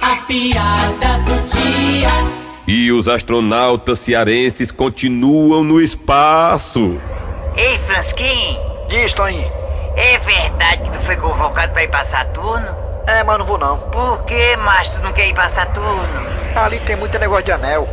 A piada do dia. E os astronautas cearenses continuam no espaço. Ei, Fransquim, Diz, Toninho. é verdade que tu foi convocado pra ir pra Saturno? É, mas não vou não. Por que, macho, tu não quer ir pra Saturno? Ali tem muito negócio de anel.